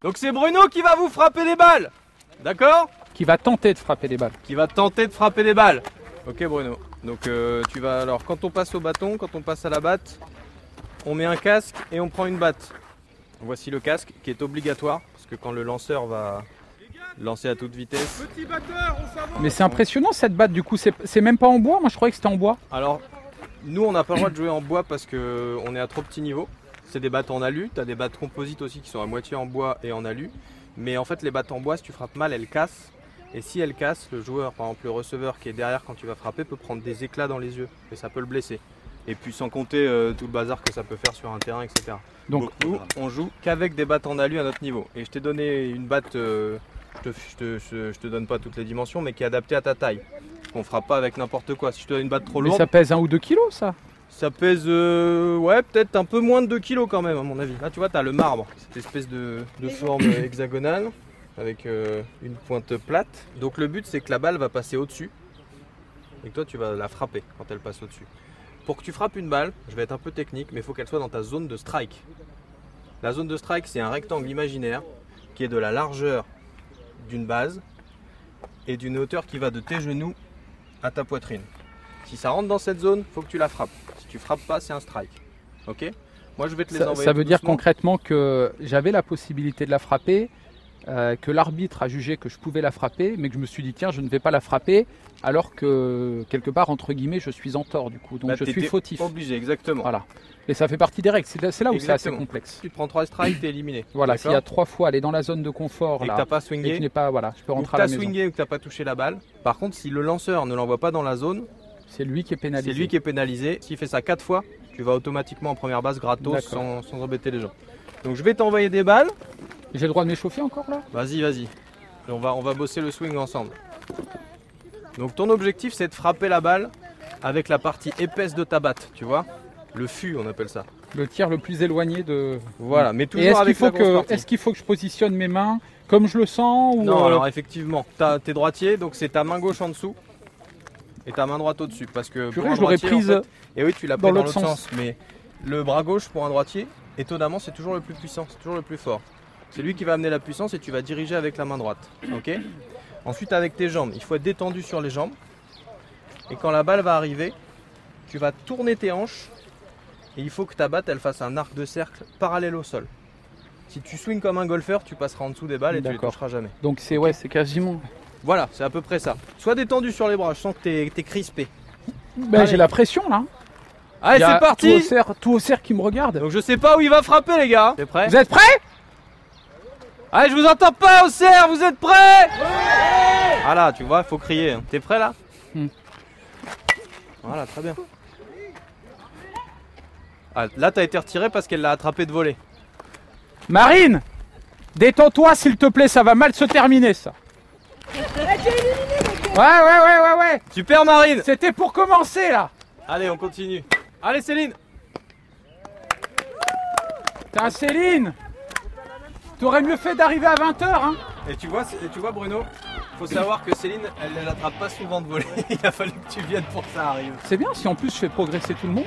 Donc c'est Bruno qui va vous frapper des balles D'accord Qui va tenter de frapper des balles. Qui va tenter de frapper des balles. Ok Bruno. Donc euh, tu vas alors quand on passe au bâton, quand on passe à la batte, on met un casque et on prend une batte. Voici le casque qui est obligatoire parce que quand le lanceur va lancer à toute vitesse. Petit batteur, on s'avance Mais c'est impressionnant cette batte du coup, c'est c'est même pas en bois, moi je croyais que c'était en bois. Alors nous on n'a pas le droit de jouer en bois parce que on est à trop petit niveau. C'est des battes en alu, t'as des battes composites aussi qui sont à moitié en bois et en alu. Mais en fait les battes en bois si tu frappes mal elles cassent. Et si elles cassent, le joueur, par exemple le receveur qui est derrière quand tu vas frapper peut prendre des éclats dans les yeux et ça peut le blesser. Et puis sans compter euh, tout le bazar que ça peut faire sur un terrain, etc. Donc- Donc nous on joue qu'avec des battes en alu à notre niveau. Et je t'ai donné une batte, euh, je, te, je te- je- je te donne pas toutes les dimensions, mais qui est adaptée à ta taille. On frappe pas avec n'importe quoi. Si je te donne une batte trop Mais lourde, ça pèse un ou deux kilos ça. ça pèse, euh, ouais, peut-être un peu moins de 2 kilos quand même, à mon avis. Là, tu vois, t'as le marbre, cette espèce de, de forme euh, hexagonale avec euh, une pointe plate. Donc, le but, c'est que la balle va passer au-dessus et que toi, tu vas la frapper quand elle passe au-dessus. Pour que tu frappes une balle, je vais être un peu technique, mais il faut qu'elle soit dans ta zone de strike. La zone de strike, c'est un rectangle imaginaire qui est de la largeur d'une base et d'une hauteur qui va de tes genoux à ta poitrine. Si ça rentre dans cette zone, faut que tu la frappes. Si tu frappes pas, c'est un strike. Ok Moi, je vais te les Ça, envoyer. ça veut tout dire doucement. concrètement que j'avais la possibilité de la frapper, euh, que l'arbitre a jugé que je pouvais la frapper, mais que je me suis dit tiens je ne vais pas la frapper, alors que quelque part entre guillemets je suis en tort du coup, donc Bah, je suis t'étais fautif. Obligé, exactement. Voilà. Et ça fait partie des règles, c'est là- c'est là où c'est assez Exactement. complexe. Tu te prends trois strikes, t'es éliminé. Voilà, s'il y a D'accord trois fois, elle est dans la zone de confort Et que là, t'as pas et que je swingé, n'ai pas, voilà, je peux ou que rentrer à t'as la maison. swingé ou que t'as pas touché la balle. Par contre, si le lanceur ne l'envoie pas dans la zone, C'est lui qui est c'est pénalisé. lui qui est pénalisé. S'il fait ça quatre fois, tu vas automatiquement en première base gratos D'accord. sans, sans embêter les gens. Donc je vais t'envoyer des balles. J'ai le droit de m'échauffer encore là Vas-y, vas-y. Et On va, on va bosser le swing ensemble. Donc ton objectif c'est de frapper la balle avec la partie épaisse de ta batte, tu vois Le fût on appelle ça. Le tir le plus éloigné de. Voilà, mais Et toujours est-ce qu'il avec faut la grosse que, partie. est-ce qu'il faut que je positionne mes mains comme je le sens ou Non, euh, alors effectivement, t'as- t'es droitier, donc c'est ta main gauche en dessous et ta main droite au-dessus. Parce que purée, pour un je l'aurais droitier, prise en fait- et oui, tu l'as pris dans dans l'autre l'autre sens. Mais le bras gauche pour un droitier, étonnamment, c'est toujours le plus puissant, c'est toujours le plus fort. C'est lui qui va amener la puissance et tu vas diriger avec la main droite. Ok Ensuite, avec tes jambes, il faut être détendu sur les jambes. Et quand la balle va arriver, tu vas tourner tes hanches et il faut que ta batte elle fasse un arc de cercle parallèle au sol. Si tu swings comme un golfeur, tu passeras en dessous des balles et tu ne D'accord. toucheras jamais. donc c'est ouais, c'est quasiment. Voilà, c'est à peu près ça. Sois détendu sur les bras, je sens que t'es es crispé. Ben, Allez. j'ai la pression là. Il Allez, y a c'est Tout parti au cerf, tout au cerf qui me regarde. Donc je sais pas où il va frapper, les gars. T'es prêt Vous êtes prêts Allez, je vous entends pas, au cerf, vous êtes prêts Ah là, tu vois, faut crier. hein. T'es prêt là Hmm. Voilà, très bien. Ah, là, t'as été retiré parce qu'elle l'a attrapé de voler. Marine, détends-toi s'il te plaît, ça va mal se terminer ça. Ouais ouais ouais ouais ouais. Super, Marine C'était pour commencer là. Allez, on continue. Allez, Céline T'as Céline. T'aurais mieux fait d'arriver à 20h hein. Et tu vois, et tu vois Bruno, faut savoir que Céline, elle ne l'attrape pas souvent de voler. il a fallu que tu viennes pour que ça arrive. C'est bien si en plus je fais progresser tout le monde.